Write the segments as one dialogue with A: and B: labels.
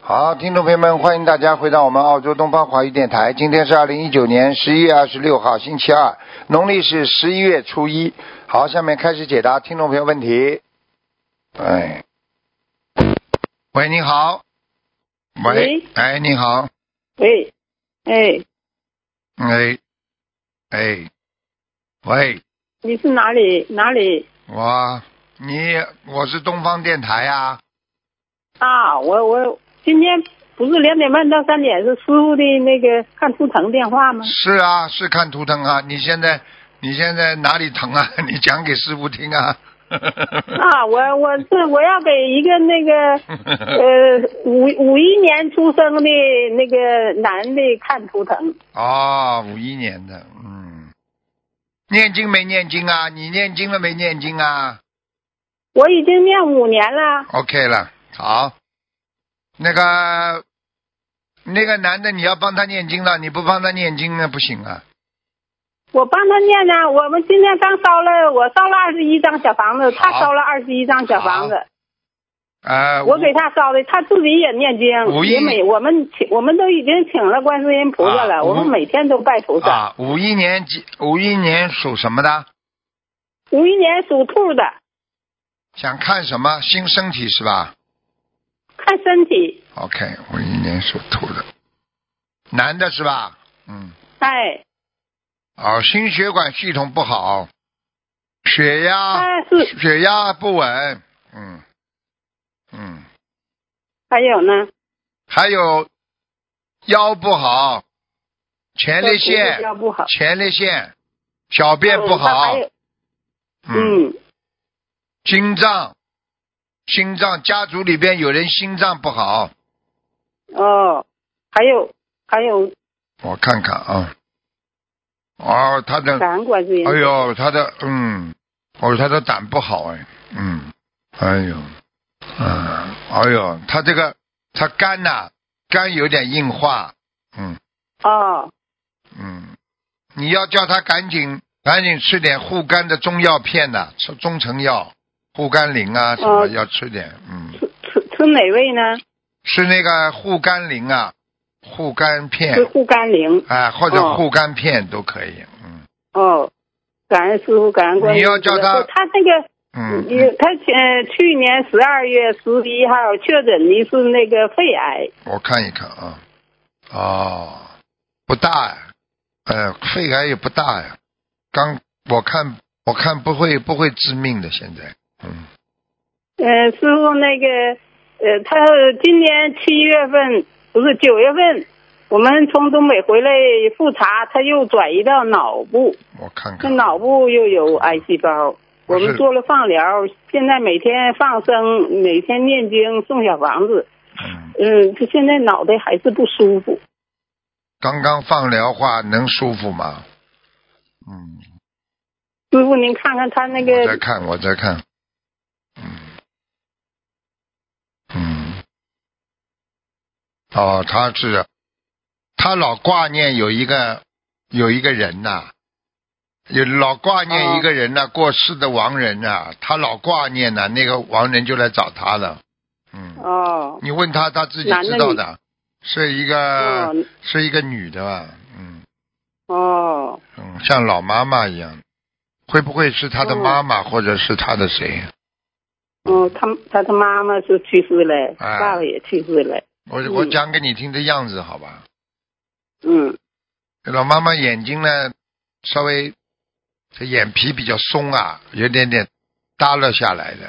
A: 好，听众朋友们，欢迎大家回到我们澳洲东方华语电台。今天是二零一九年十一月二十六号，星期二，农历是十一月初一。好，下面开始解答听众朋友问题。哎，喂，你好。喂，
B: 喂
A: 哎，你好。
B: 喂，哎，
A: 哎，哎，喂，
B: 你是哪里哪里
A: 我，你，我是东方电台呀、
B: 啊？我我今天不是两点半到三点是师傅的那个看图腾电话吗？
A: 是啊，是看图腾啊。你现在，你现在哪里疼啊？ 你讲给师傅听啊。
B: 啊，我我是我要给一个那个呃五五一年出生的那个男的看图腾，
A: 哦，五一年的，嗯，念经没念经啊？你念经了没念经啊
B: 我已经念五年了。
A: ？OK 了，好。那个，那个男的，你要帮他念经了，你不帮他念经那不行啊。
B: 我帮他念呢，我们今天刚烧了，我烧了二十一张小房子，他
A: 好
B: 烧了二十一张小房子，
A: 呃，
B: 我给他烧的，他自己也念经
A: 五，一
B: 也每我们请我们都已经请了观世音菩萨
A: 啊
B: 了，
A: 五
B: 我们每天都拜菩萨。
A: 啊，五一年几？五一年属什么的？
B: 五一年属兔的，
A: 想看什么？新身体是吧？
B: 看身体，
A: OK，我一年属兔的，男的是吧？嗯，
B: 哎，
A: 哦，心血管系统不好，血压
B: 他是
A: 血压不稳，嗯嗯，
B: 还有呢，
A: 还有腰不好，前列
B: 比
A: 腺
B: 较不好，
A: 前列腺，小便不
B: 嗯他
A: 好
B: 还，有
A: 嗯，
B: 嗯，
A: 心脏心脏家族里边有人心脏不好，
B: 哦，还有还有
A: 我看看啊，哦，他的
B: 感恩观世音
A: 哎，呦，他的嗯，哦，他的胆不好哎，嗯，哎呦，嗯，哎呦，他这个他肝呐、肝有点硬化，嗯
B: 哦，
A: 嗯，你要叫他赶紧赶紧吃点护肝的中药片呐、吃中成药、护肝灵啊什么、
B: 哦
A: 要吃点，嗯，
B: 吃吃吃哪位呢？
A: 吃那个护肝灵啊，护肝
B: 吃
A: 片
B: 护肝灵，
A: 啊或者
B: 哦
A: 护肝片都可以，嗯
B: 哦，感恩师傅，感恩观世音
A: 你
B: 菩
A: 要叫
B: 萨。
A: 他
B: 不他那个
A: 嗯
B: 有他呃，去年十二月十一号确诊的是那个肺癌，
A: 我看一看啊，哦，不大呀，呃，肺癌也不大呀，刚我看我看不会不会致命的，现在，嗯，
B: 呃，师傅那个呃，他今年七月份不是九月份，我们从东北回来复查，他又转移到脑部，
A: 我看
B: 那
A: 看，
B: 脑部又有癌细胞。
A: 不
B: 我
A: 是
B: 们做了放疗，现在每天放生，每天念经送小房子。
A: 嗯，
B: 嗯，他现在脑袋还是不舒服。
A: 刚刚放疗化能舒服吗？嗯，
B: 师傅，您看看他那个
A: 我在看，我在看，嗯，嗯，哦，他是，他老挂念有一个有一个人呐、有老挂
B: 哦
A: 念一个人呐、过世的亡人呐、他老挂念呐、那个亡人就来找他了，嗯，
B: 哦
A: 你问他，他自己
B: 男的
A: 知道
B: 女
A: 的，是一个、
B: 哦
A: 是一个女的吧，嗯
B: 哦，
A: 嗯，像老妈妈一样，会不会是他的
B: 哦
A: 妈妈、或者是他的谁？
B: 哦，他他他妈妈是去世了，
A: 哎
B: 爸爸也去世了。
A: 我
B: 嗯
A: 我讲给你听的样子，好吧？
B: 嗯，
A: 老妈妈眼睛呢，稍微这眼皮比较松啊，有点点耷拉下来的，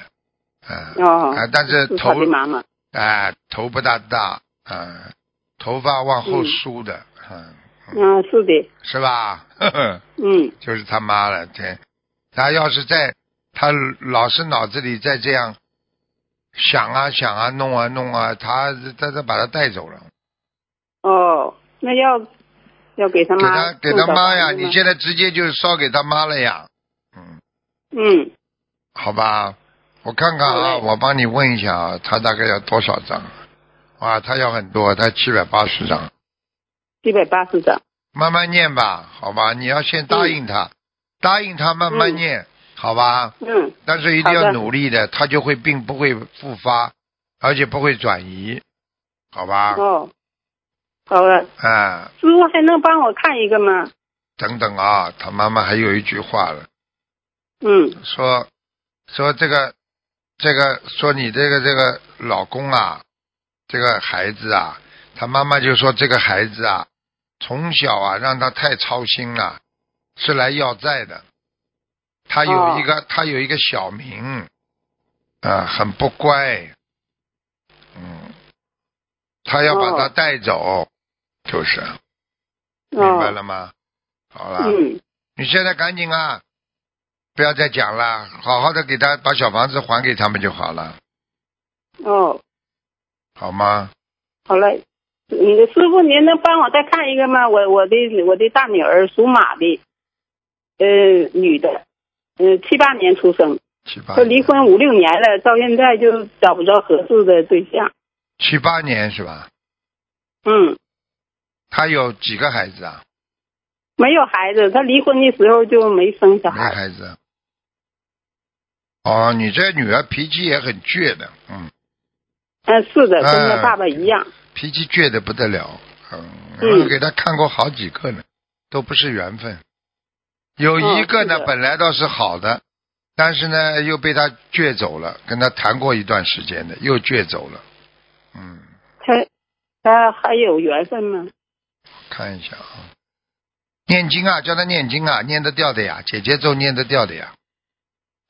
A: 啊、
B: 哦，
A: 啊，但是
B: 是
A: 头
B: 他的妈妈。
A: 啊头不大大啊、头发往后
B: 嗯
A: 梳的，嗯、
B: 嗯，是的，
A: 是吧？ 呵呵，
B: 嗯，
A: 就是他妈了，对。他要是在他老是脑子里再这样想啊想啊弄啊弄啊，他他他把他带走了。
B: 哦，那要要给他
A: 给
B: 妈
A: 他给他妈呀！
B: 送小房子吗
A: 你现在直接就烧给他妈了呀，嗯，
B: 嗯，
A: 好吧，我看看啊，
B: 好嘞
A: 我帮你问一下啊，他大概要多少张？啊，他要很多，他七百八十张，
B: 七百八十张。
A: 慢慢念吧，好吧，你要先答应他，答应他慢慢念，好吧，
B: 嗯，
A: 但是一定
B: 好
A: 要
B: 的
A: 努力的，他就会病不会复发，而且不会转移，好吧？
B: 哦，好了，
A: 啊，
B: 师傅还能帮我看一个吗？
A: 等等啊，他妈妈还有一句话了，
B: 嗯
A: 说说这个这个说你这个这个老公啊，这个孩子啊，他妈妈就说这个孩子啊，从小啊让他太操心了，是来要债的。他
B: 哦
A: 有一个、他有一个小名，啊，很不乖，嗯，他要把他
B: 哦
A: 带走，就是明白
B: 哦
A: 了吗？好了。
B: 嗯
A: 你现在赶紧啊，不要再讲了，好好的给他把小房子还给他们就好了，
B: 哦，
A: 好吗？
B: 好嘞。嗯，师傅，您能帮我再看一个吗？我我的我的大女儿属马的，呃，女的，呃，七八年出生，
A: 七八
B: 她离婚五六年了，到现在就找不着合适的对象。
A: 七八年是吧？
B: 嗯，
A: 他有几个孩子啊？
B: 没有孩子，她离婚的时候就没生小
A: 没
B: 孩。
A: 孩子。哦，你这女儿脾气也很倔的，嗯，
B: 嗯，是的，
A: 嗯
B: 跟她爸爸一样。
A: 脾气倔的不得了，嗯，
B: 嗯
A: 我给她看过好几个呢，都不是缘分。有一个
B: 嗯
A: 呢，
B: 是的
A: 本来倒是好的，但是呢又被她倔走了，跟她谈过一段时间的，又倔走了，嗯。
B: 她她还有缘分吗？
A: 看一下啊，念经啊，叫他念经啊，念得掉的呀，姐姐咒念得掉的呀，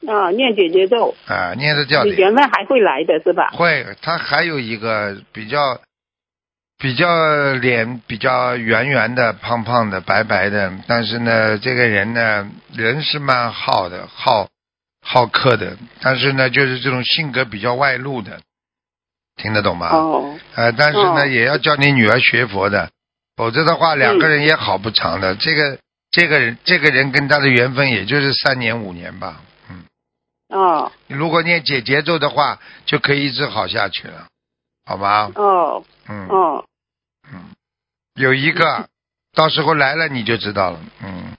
B: 啊，念姐姐咒，
A: 啊，念得掉的呀。
B: 缘分还会来的是吧？
A: 会，他还有一个比较比较脸比较圆圆的、胖胖的、白白的，但是呢，这个人呢，人是蛮好的，好好客的，但是呢，就是这种性格比较外露的，听得懂吗？
B: 哦，
A: 呃，但是呢，
B: 哦嗯
A: 也要叫你女儿学佛的，否则的话，两个人也好不长的。这个这个人这个人跟他的缘分也就是三年五年吧。嗯，
B: 哦，
A: 如果念解节奏的话，就可以一直好下去了，好吗？
B: 哦，
A: 嗯、
B: 哦，
A: 嗯，有一个，到时候来了你就知道了。嗯，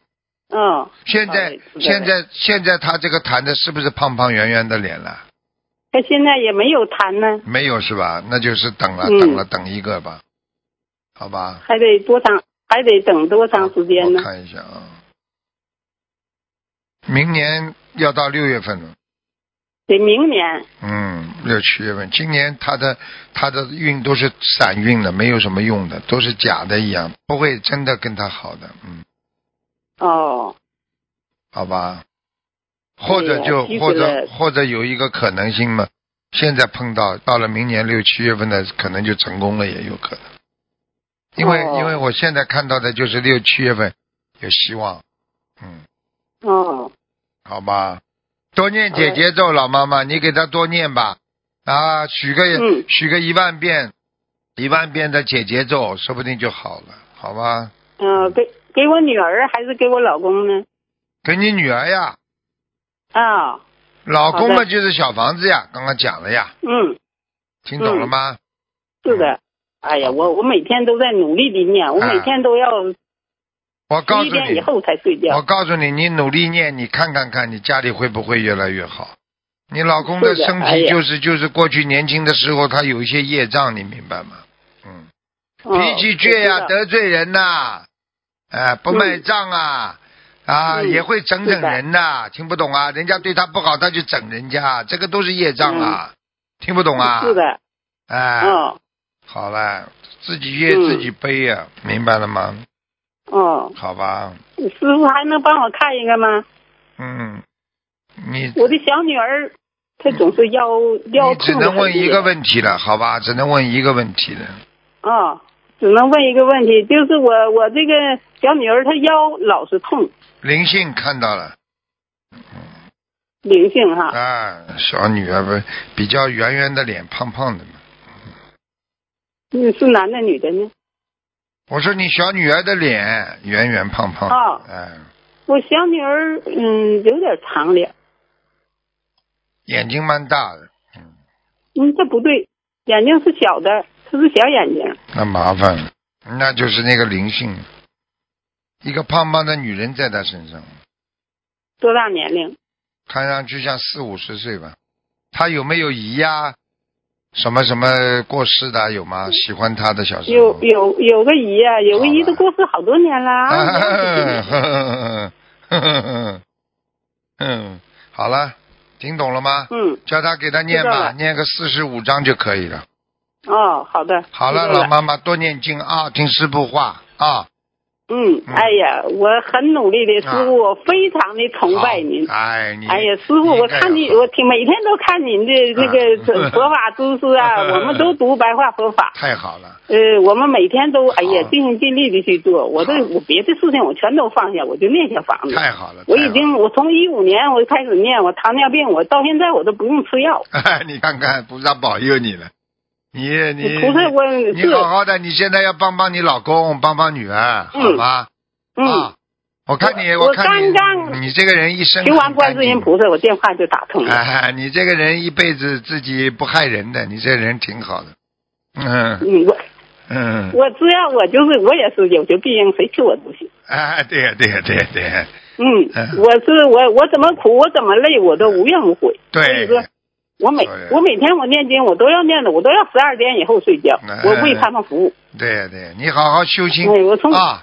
B: 嗯，
A: 现
B: 好
A: 在
B: 嘞知道
A: 现
B: 了
A: 在现在他这个谈的是不是胖胖圆圆的脸了？
B: 她现在也没有谈呢，
A: 没有是吧？那就是等了
B: 嗯
A: 等了等一个吧，好吧？
B: 还得多长，还得等多长时间呢
A: 我？看一下啊，明年要到六月份了，
B: 得明年。
A: 嗯，六七月份。今年他的他的运都是散运的，没有什么用的，都是假的一样，不会真的跟他好的，嗯，
B: 哦，
A: 好吧。或者就
B: 对呀
A: 或
B: 记住
A: 者
B: 了
A: 或者有一个可能性嘛，现在碰到到了明年六七月份的，可能就成功了，也有可能。因为、
B: 哦
A: 因为我现在看到的就是六七月份有希望，嗯。
B: 哦，
A: 好吧，多念姐姐咒，老妈妈，你给她多念吧，啊，许个、
B: 嗯
A: 许个一万遍，一万遍的姐姐咒，说不定就好了，好吧？
B: 嗯、给给我女儿还是给我老公呢？
A: 给你女儿呀，
B: 啊、
A: 老公
B: 好
A: 嘛
B: 的
A: 就是小房子呀，刚刚讲了呀，
B: 嗯，
A: 听懂了吗？
B: 是的。哎呀，我我每天都在努力的念，我
A: 嗯啊
B: 每天都要
A: 我告诉
B: 十一点以
A: 你，
B: 后才睡
A: 我
B: 觉。
A: 告诉你，你努力念，你看看看，你家里会不会越来越好？你老公的
B: 是的
A: 身
B: 哎
A: 体
B: 呀
A: 就是就是过去年轻的时候他有一些业障，你明白吗？嗯。
B: 哦
A: 脾气倔呀、
B: 我知道
A: 得罪人呐、哎、不卖账啊，啊，
B: 嗯
A: 也会整整
B: 是的
A: 人呐、听不懂啊？人家对他不好，他就整人家，这个都是业障啊，听不懂啊？
B: 嗯是，的，
A: 哎，
B: 哦
A: 好了，自己越
B: 嗯
A: 自己背呀、明白了吗？
B: 哦，
A: 好吧，
B: 师傅还能帮我看一个吗？
A: 嗯，你
B: 我的小女儿，她总是腰腰
A: 嗯你
B: 痛。
A: 只能问一个。问题了，好吧？只能问一个问题了。
B: 啊，只能问一个问题，就是我我这个小女儿她腰老是痛，
A: 灵性看到了
B: 灵性哈。
A: 啊，小女儿不比较圆圆的脸，胖胖的嘛。
B: 嗯，是男的女的呢？
A: 我说你小女儿的脸圆圆胖胖，
B: 哦
A: 嗯，
B: 我小女儿嗯有点长脸，
A: 眼睛蛮大的，
B: 嗯，这不对，眼睛是小的，她是小眼睛。
A: 那麻烦了，那就是那个灵性，一个胖胖的女人在她身上，
B: 多大年龄？
A: 看上去像四五十岁吧，她有没有姨呀、什么什么过世的有吗？喜欢他的小时候
B: 嗯有。有有个姨啊，有个姨都过世好多年了。
A: 哎嗯 嗯，好了，听懂了吗？
B: 嗯，
A: 叫他给他念
B: 知道
A: 吧，
B: 了
A: 念个四十五章就可以了。
B: 哦，好的。
A: 好了，
B: 知道
A: 老妈妈多念经啊，听师傅话啊。
B: 嗯，哎呀，我很努力的，师
A: 啊
B: 傅，我非常的崇
A: 好
B: 拜您。
A: 哎，你
B: 哎呀，师傅，我看你，我听每天都看您的 那
A: 啊
B: 个佛法知识啊，我们 都读白话佛法。
A: 太好了，
B: 呃，我们每天都哎呀
A: 好
B: 尽心尽力的去做，我这
A: 好
B: 我别的事情我全都放下，我就念小房子。
A: 太好了，
B: 嗯我
A: 太
B: 已
A: 好
B: 经，我从一五年我就开始念，我糖尿病，我到现在我都不用吃药。
A: 了 哎你看看菩萨保佑你了，你你
B: 菩萨，我
A: 你
B: 是
A: 好好的，你现在要帮帮你老公，帮帮女儿，好
B: 嗯
A: 吗？
B: 嗯
A: 啊，，我看你，
B: 我
A: 看你，
B: 刚刚
A: 你这个人一生
B: 求完
A: 很干
B: 观世音
A: 净
B: 菩萨，我电话就打通了。
A: 哎，你这个人一辈子自己不害人的，你这人挺好的。嗯
B: 嗯，我
A: 嗯，
B: 我只要我就是我也是有求必应，谁求我都行。
A: 哎，对呀、对呀、对呀、对呀、
B: 嗯
A: 嗯，
B: 我是我我怎么苦我怎么累我都无怨无悔。所以说
A: 对，
B: 我每
A: 对
B: 我每天我念经我都要念的，我都要十二点以后睡觉
A: 哎，
B: 我为他们服务。
A: 对呀、对呀、你好好修心
B: 哎，我从
A: 啊，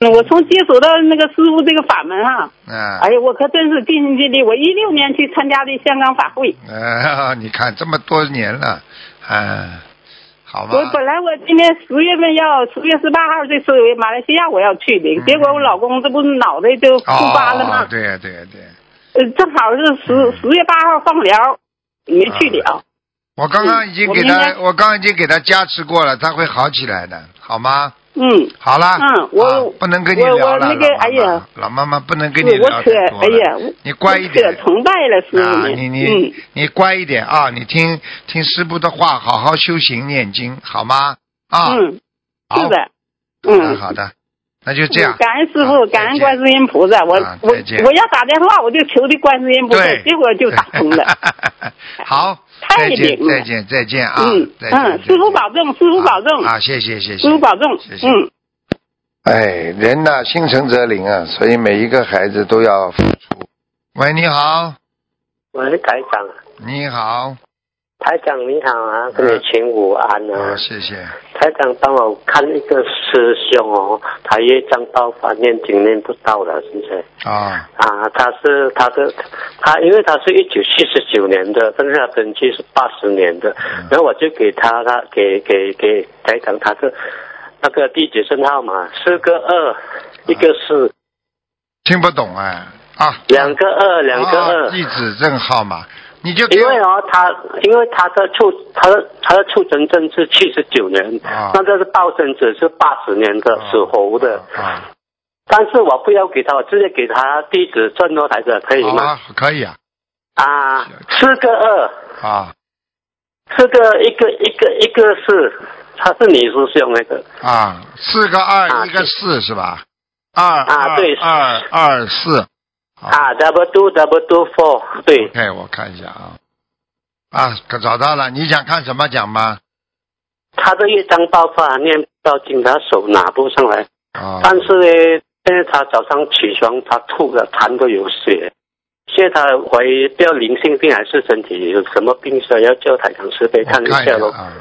B: 那嗯我从接触到那个师傅这个法门啊，
A: 啊
B: 哎，呀，我可真是尽心尽力。我一六年去参加的香港法会，
A: 啊，你看这么多年了，啊，好吧
B: 我，本来我今年十月份要十月十八号这次马来西亚我要去的，
A: 嗯
B: 结果我老公这不是脑袋就复发了吗
A: 哦，？对呀、对呀、对嗯呀、
B: 呃，正好是十十月八号放不了，没去
A: 啊
B: 了。
A: 我刚刚已经给
B: 我明
A: 他，
B: 白
A: 我刚刚已经给他加持过了，他会好起来的，好吗？
B: 嗯，
A: 好啦，
B: 嗯我
A: 啊不能跟你
B: 我
A: 聊
B: 我
A: 了，
B: 那个
A: 老妈
B: 哎呀
A: 妈老妈妈不能跟你
B: 是我
A: 聊太
B: 可
A: 多了
B: 哎呀，我
A: 你乖一
B: 我
A: 点
B: 可崇拜了师
A: 啊，
B: 傅
A: 你
B: 您
A: 你、
B: 嗯，
A: 你乖一点啊！你听听师傅的话，好好修行念经，好吗？啊，
B: 嗯，
A: 好好
B: 是的，
A: 的
B: 嗯，
A: 好的，那就这样
B: 嗯。感恩师
A: 啊
B: 傅，感
A: 再见
B: 恩观世音菩萨。我
A: 啊
B: 我
A: 再见
B: 我要打电话，我就求的观世音菩萨
A: 对，，啊
B: 结果就打通了。。
A: 好，
B: 太
A: 再见
B: 顶了
A: 再见再见啊！
B: 嗯
A: 再见
B: 嗯，师傅保重，师傅保重，
A: 啊！谢谢谢谢，
B: 师傅保重
A: 谢。谢
B: 嗯。
A: 哎，人呐，心诚则灵啊，所以每一个孩子都要付出。喂，你好，
C: 喂，台长，
A: 你好，
C: 台长你好啊，跟你请午安啊
A: 啊，。谢谢。
C: 台长帮我看一个师兄哦，他业障爆发，念经念不到了，现在
A: 啊，
C: 啊，他是他是他，因为他是一九七十九年的，但是他登记是八十年的，
A: 嗯
C: 然后我就给他他给给给台长他的那个地址证号码，四个二，一个四，
A: 听不懂哎啊，
C: 两个二，两个
A: 啊
C: 二。
A: 地址证号码，你就给
C: 因
A: 我
C: 为哦，他因为他的出他的他的出生证是七十九年，
A: 啊
C: 那这个报生子是八十年的，属猴的。
A: 啊，
C: 但是我不要给他，我直接给他地址转到台子，可以
A: 好
C: 吗？
A: 啊，可以啊，
C: 啊，四个二，
A: 啊
C: 四个一个一个一个是，他是你师兄那个
A: 啊，四个
C: 啊
A: 二，一个四是吧？二
C: 啊
A: 二
C: 对
A: 二二四，好
C: 啊，double two double two four，对，
A: ，OK，我看一下啊，啊，可找到了，你想看什么奖吗？
C: 他的业障爆发，念不到经，他手拿不上来，
A: 啊，
C: 但是呢，现在他早上起床，他吐了，痰都有血。现在他怀疑掉灵性病还是身体有什么病，所以要叫台长慈悲
A: 我看
C: 看一下咯。
A: 啊，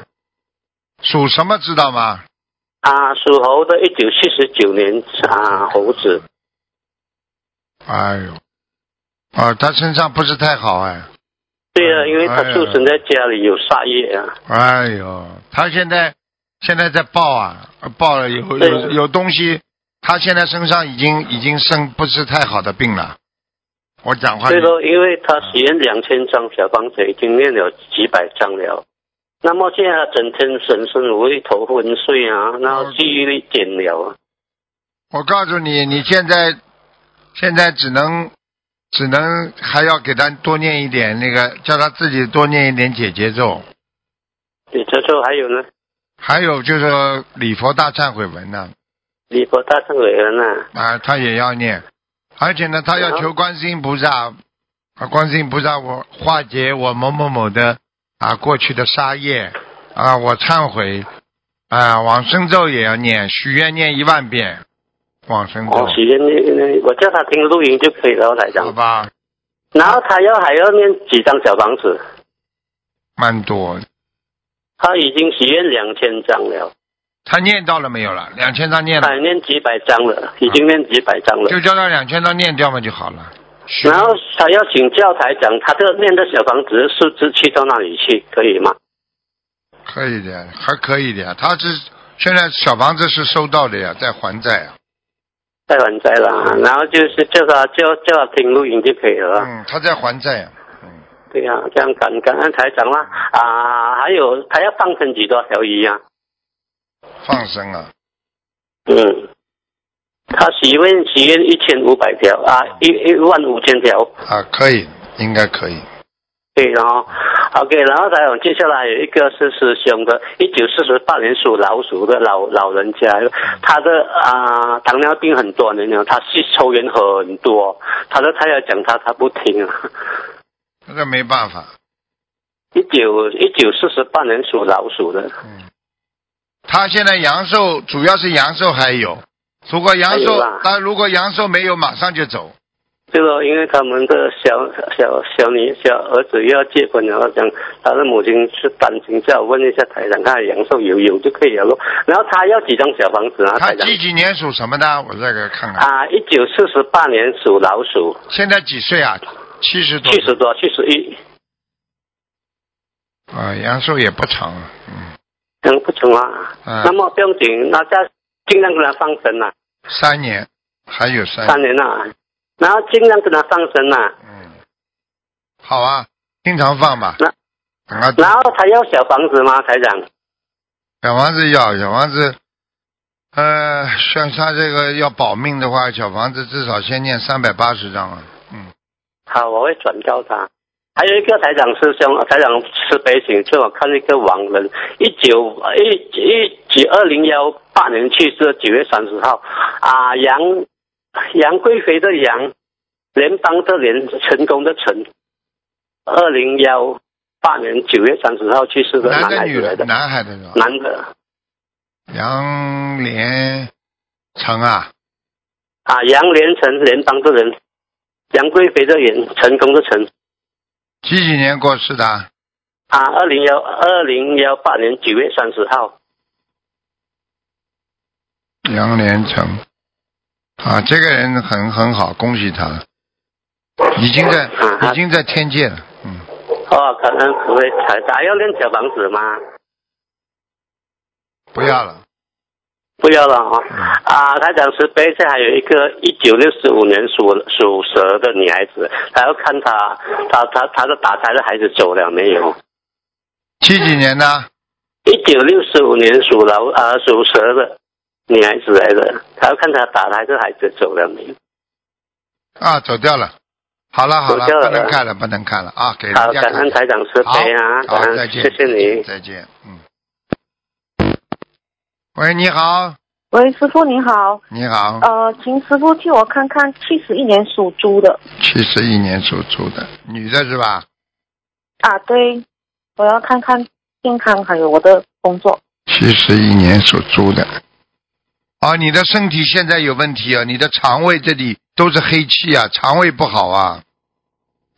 A: 属什么知道吗？
C: 啊，属猴的，一九七十九年啊，猴子
A: 哎呦，啊，他身上不是太好哎，
C: 对啊，因为他
A: 哎呀
C: 出生在家里有杀业啊，
A: 哎呦，他现在现在在爆啊，爆了有
C: 对
A: 有有东西，他现在身上已经已经生不是太好的病了。我讲话
C: 对
A: 你
C: 咯，因为他许愿两千张小房子，已经念了几百张了。那么现在他整天神神无力、头昏睡啊，然后记忆力减了啊。
A: 我告诉你，你现在现在只能只能还要给他多念一点那个，叫他自己多念一点解结咒，
C: 你这时候还有呢，
A: 还有就是礼佛大忏悔文呢
C: 李博大圣伟人啊。
A: 啊，他也要念，而且呢，他要求观世音菩萨，啊，观世音菩萨，我化解我某某某的啊过去的杀业啊，我忏悔啊，往生咒也要念，许愿念一万遍往生咒
C: 哦，，许愿那我叫他听录音就可以了，台
A: 好
C: 长。
A: 吧，
C: 然后他要还要念几张小房子？
A: 蛮多，
C: 他已经许愿两千张了，
A: 他念到了没有了？两千张念了
C: 他，哎念几百张了，已经念几百张了。
A: 就叫他两千张念掉嘛就好了。许
C: 然后他要请教台长，他这念的小房子数字去到那里去，可以吗？
A: 可以的，还可以的呀。他是现在小房子是收到的呀，在还债啊。
C: 太完在了，啊然后就是叫他叫叫他听录音就可以了。啊
A: 嗯，他在还债呀。嗯，
C: 对呀、这样感感恩台长啦。啊，还有他要放生几多条鱼啊？
A: 放生啊，
C: 嗯，他许愿许愿一千五百条啊，一一万五千条，
A: 啊，可以，应该可以。
C: 对，然后 OK，然后台长接下来有一个是师兄的，一九四八年属老鼠的老老人家，他的啊、糖尿病很多年了，他吸抽烟很多，他的太太讲他他不听啊。
A: 那个没办法，
C: 一九一九四八年属老鼠的，
A: 嗯，他现在阳寿主要是阳寿还有，如果阳
C: 还有
A: 寿
C: 啊，
A: 他如果阳寿没有，马上就走。
C: 这个因为他们的小小小女小儿子要结婚了，然后讲他的母亲是担心，叫我问一下台长，看阳寿有有就可以了咯。然后他要几张小房子啊，
A: 他
C: 台长
A: 几几年属什么的？我再给他看看。
C: 啊，一九四十八年属老鼠，
A: 现在几岁啊？七十多。
C: 七十多，七十一，
A: 啊，阳寿也不长了。嗯，
C: 能不成啊？
A: 嗯
C: 那么不用紧，那再尽量跟他放生啊，
A: 三年，还有三
C: 三年啊，
A: 哎
C: 然后尽量跟他放生啊。
A: 嗯，好啊，经常放吧。
C: 那
A: 等啊，
C: 然后他要小房子吗，台长？
A: 小房子要小房子，呃，像他这个要保命的话，小房子至少先念三百八十张啊。嗯，
C: 好，啊我会转告他。还有一个台长师兄，台长慈悲请赐我看一个亡人，一九一一九二零幺八年去世，九月三十号啊，杨杨贵妃的杨，联邦的联，成功的成，二零幺八年九月三十号去世的
A: 男
C: 男孩
A: 女
C: 子来
A: 的，
C: 的，
A: 男孩的是吧？
C: 男的
A: 杨连成啊，
C: 啊，杨连成，联邦的人，杨贵妃的人，成功的成
A: 几几年过世的啊？
C: 啊，二零幺二零幺八年九月三十号。
A: 杨连成啊，这个人很很好，恭喜他了，已经在
C: 啊
A: 已经在天界了。嗯，
C: 哦，可能不会采还要练小房子吗？
A: 不要了。
C: 不要了哈、
A: 嗯
C: 啊！台长慈悲，这还有一个一九六五年属属蛇的女孩子，还要看她她她她的打胎的孩子走了没有？
A: 几几年的？啊
C: 一九六五年属老啊属蛇的女孩子来的，还要看她打胎的孩子走了没有？
A: 啊，走掉了。好了好了，
C: 走掉了
A: 不能看了，不能看了啊！给人
C: 好，
A: 家
C: 感
A: 看
C: 恩
A: 看。
C: 台长慈
A: 好
C: 悲啊！，感
A: 好，
C: 恩
A: 再见，
C: 谢谢你。
A: 再见，嗯。喂，你好，
D: 喂，师傅您好，
A: 你好，
D: 呃，请师傅替我看看七十一年属猪的
A: 七十一年属猪的，女的是吧？
D: 啊，对，我要看看健康还有我的工作
A: 七十一年属猪的。啊，你的身体现在有问题啊，你的肠胃这里都是黑气啊，肠胃不好啊，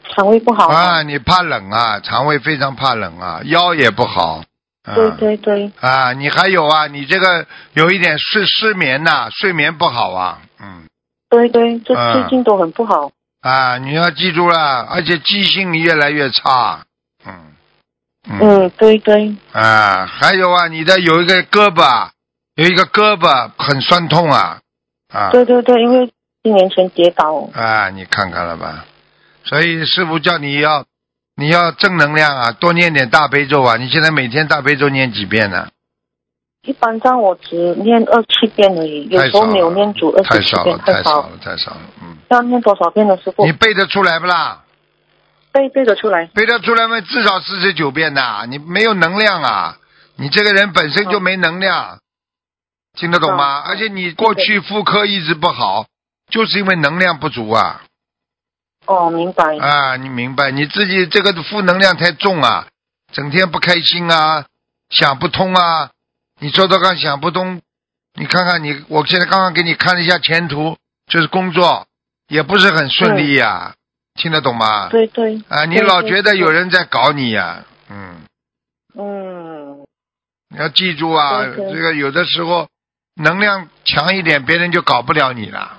D: 肠胃不好，
A: 啊，你怕冷啊，肠胃非常怕冷啊，腰也不好，啊、
D: 对对对，
A: 啊，你还有啊，你这个有一点是失眠呐、睡眠不好啊，嗯，
D: 对对，这
A: 啊
D: 最近都很不好，
A: 啊，你要记住了，而且记性越来越差，嗯，
D: 嗯，对对，
A: 啊，还有啊，你的有一个胳膊啊，有一个胳膊很酸痛啊，啊，
D: 对对对，因为一年前跌倒，
A: 啊，你看看了吧，所以师傅叫你要你要正能量啊，多念点大悲咒啊，你现在每天大悲咒念几遍呢？
D: 一般上我只念二七遍而已，有
A: 太
D: 时
A: 少
D: 候
A: 了，
D: 没有念足二
A: 太
D: 十七
A: 少
D: 遍，
A: 了，太少
D: 少，
A: 了，太少了，嗯，
D: 要念多少遍呢？师傅
A: 你背得出来不啦？
D: 背背得出来，
A: 背得出来吗？至少四十九遍呐！你没有能量啊！你这个人本身就没能量，听得懂吗？
D: 嗯
A: 而且你过去妇科一直不好，就是因为能量不足啊
D: 哦，明白，
A: 啊！你明白？你自己这个负能量太重啊，整天不开心啊，想不通啊！你说说看，想不通，你看看你，我现在刚刚给你看了一下前途，就是工作也不是很顺利呀、听得懂吗？
D: 对对，
A: 啊，你
D: 对
A: 老
D: 对
A: 觉得
D: 对
A: 有人在搞你呀、嗯。
D: 嗯，
A: 你要记住啊，
D: 对对
A: 这个有的时候能量强一点，别人就搞不了你了。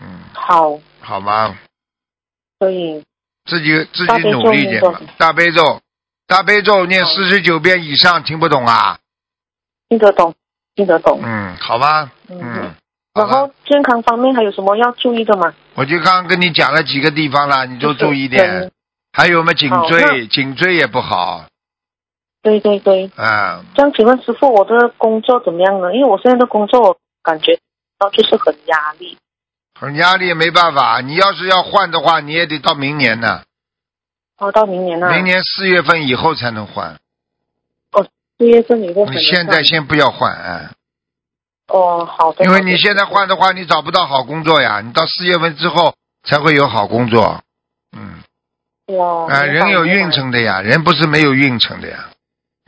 A: 嗯，
D: 好，
A: 好吗？
D: 所以
A: 自己自
D: 大
A: 己
D: 悲咒
A: 努力一点吧
D: 念多少。
A: 大悲咒，大悲咒念
D: 好
A: 四十九遍以上，听不懂啊？
D: 听得懂，听得懂。
A: 嗯，好吧，
D: 嗯
A: 嗯，好了，
D: 然后健康方面还有什么要注意的吗？
A: 我就刚刚跟你讲了几个地方了，你都
D: 就是
A: 注意点
D: 人。
A: 还有嘛，颈
D: 好
A: 椎，颈椎也不好，
D: 对对对，
A: 啊，
D: 这样请问师傅，我的工作怎么样呢？因为我现在的工作我感觉到就是很压力。
A: 很压力，没办法。你要是要换的话，你也得到明年呢，
D: 哦，到明年啊，
A: 明年四月份以后才能换。
D: 四月份以后可
A: 你
D: 能
A: 现在
D: 上
A: 先不要换，啊，
D: 哦，好的，
A: 因为
D: 好的
A: 你现在换的话，你找不到好工作呀。你到四月份之后才会有好工作。嗯，
D: 哦，
A: 啊，
D: 明白
A: 人有
D: 明白
A: 运程的呀，人不是没有运程的呀，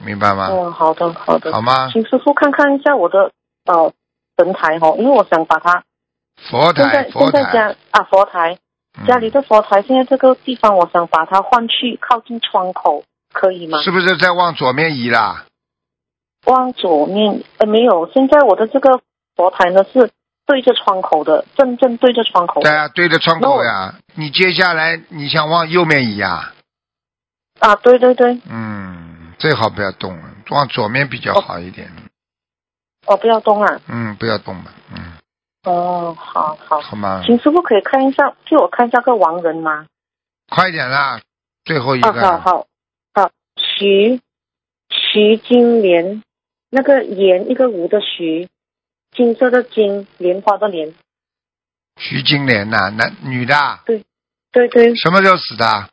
A: 明白吗？
D: 哦，好的好的，
A: 好吗？
D: 请师傅看看一下我的呃神台哦，因为我想把它
A: 佛
D: 现
A: 台
D: 在，
A: 佛
D: 现在
A: 台，
D: 家啊佛台
A: 嗯
D: 家里的佛台，现在这个地方我想把它换去靠近窗口，可以吗？
A: 是不是在往左面移啦？
D: 往左面呃没有，现在我的这个佛台呢是对着窗口的，正正对着窗口
A: 对
D: 的
A: 啊，对着窗口
D: 哦
A: 呀。你接下来你想往右面移呀？
D: 啊，对对对，
A: 嗯，最好不要动了，往左面比较好一点。
D: 哦不要动啊，
A: 嗯，不要动吧。嗯，
D: 哦好好，
A: 好吗？
D: 请师傅可以看一下，替我看一下个亡人吗？
A: 快点啦，最后一
D: 啊，
A: 个
D: 好
A: 了。
D: 好好，徐徐金莲，那个莲一个吴的徐，金色的金，莲花的莲，
A: 徐金莲呐，男女的啊，
D: 对对，
A: 什么时候死的啊？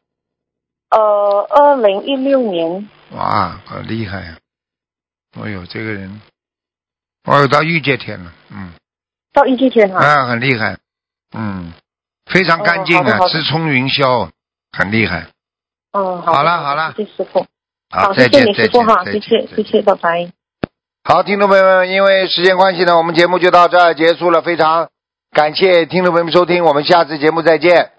D: 呃，二零一六年，
A: 哇，好厉害啊！哎呦，这个人，哦，到御界天了，嗯，
D: 到一七天哈，
A: 啊，很厉害，嗯，非常干净
D: 哦好的
A: 啊，
D: 好的
A: 直冲云霄，很厉害。
D: 嗯，
A: 好
D: 好的
A: 了好了
D: 谢谢师傅，好，
A: 再
D: 谢谢
A: 见
D: 你
A: 再
D: 师傅
A: 见
D: 哈，
A: 再
D: 谢
A: 见
D: 谢
A: 再
D: 谢
A: 见。
D: 谢，拜拜。
A: 好，听众朋友们，因为时间关系呢，我们节目就到这儿结束了，非常感谢听众朋友们收听，我们下次节目再见。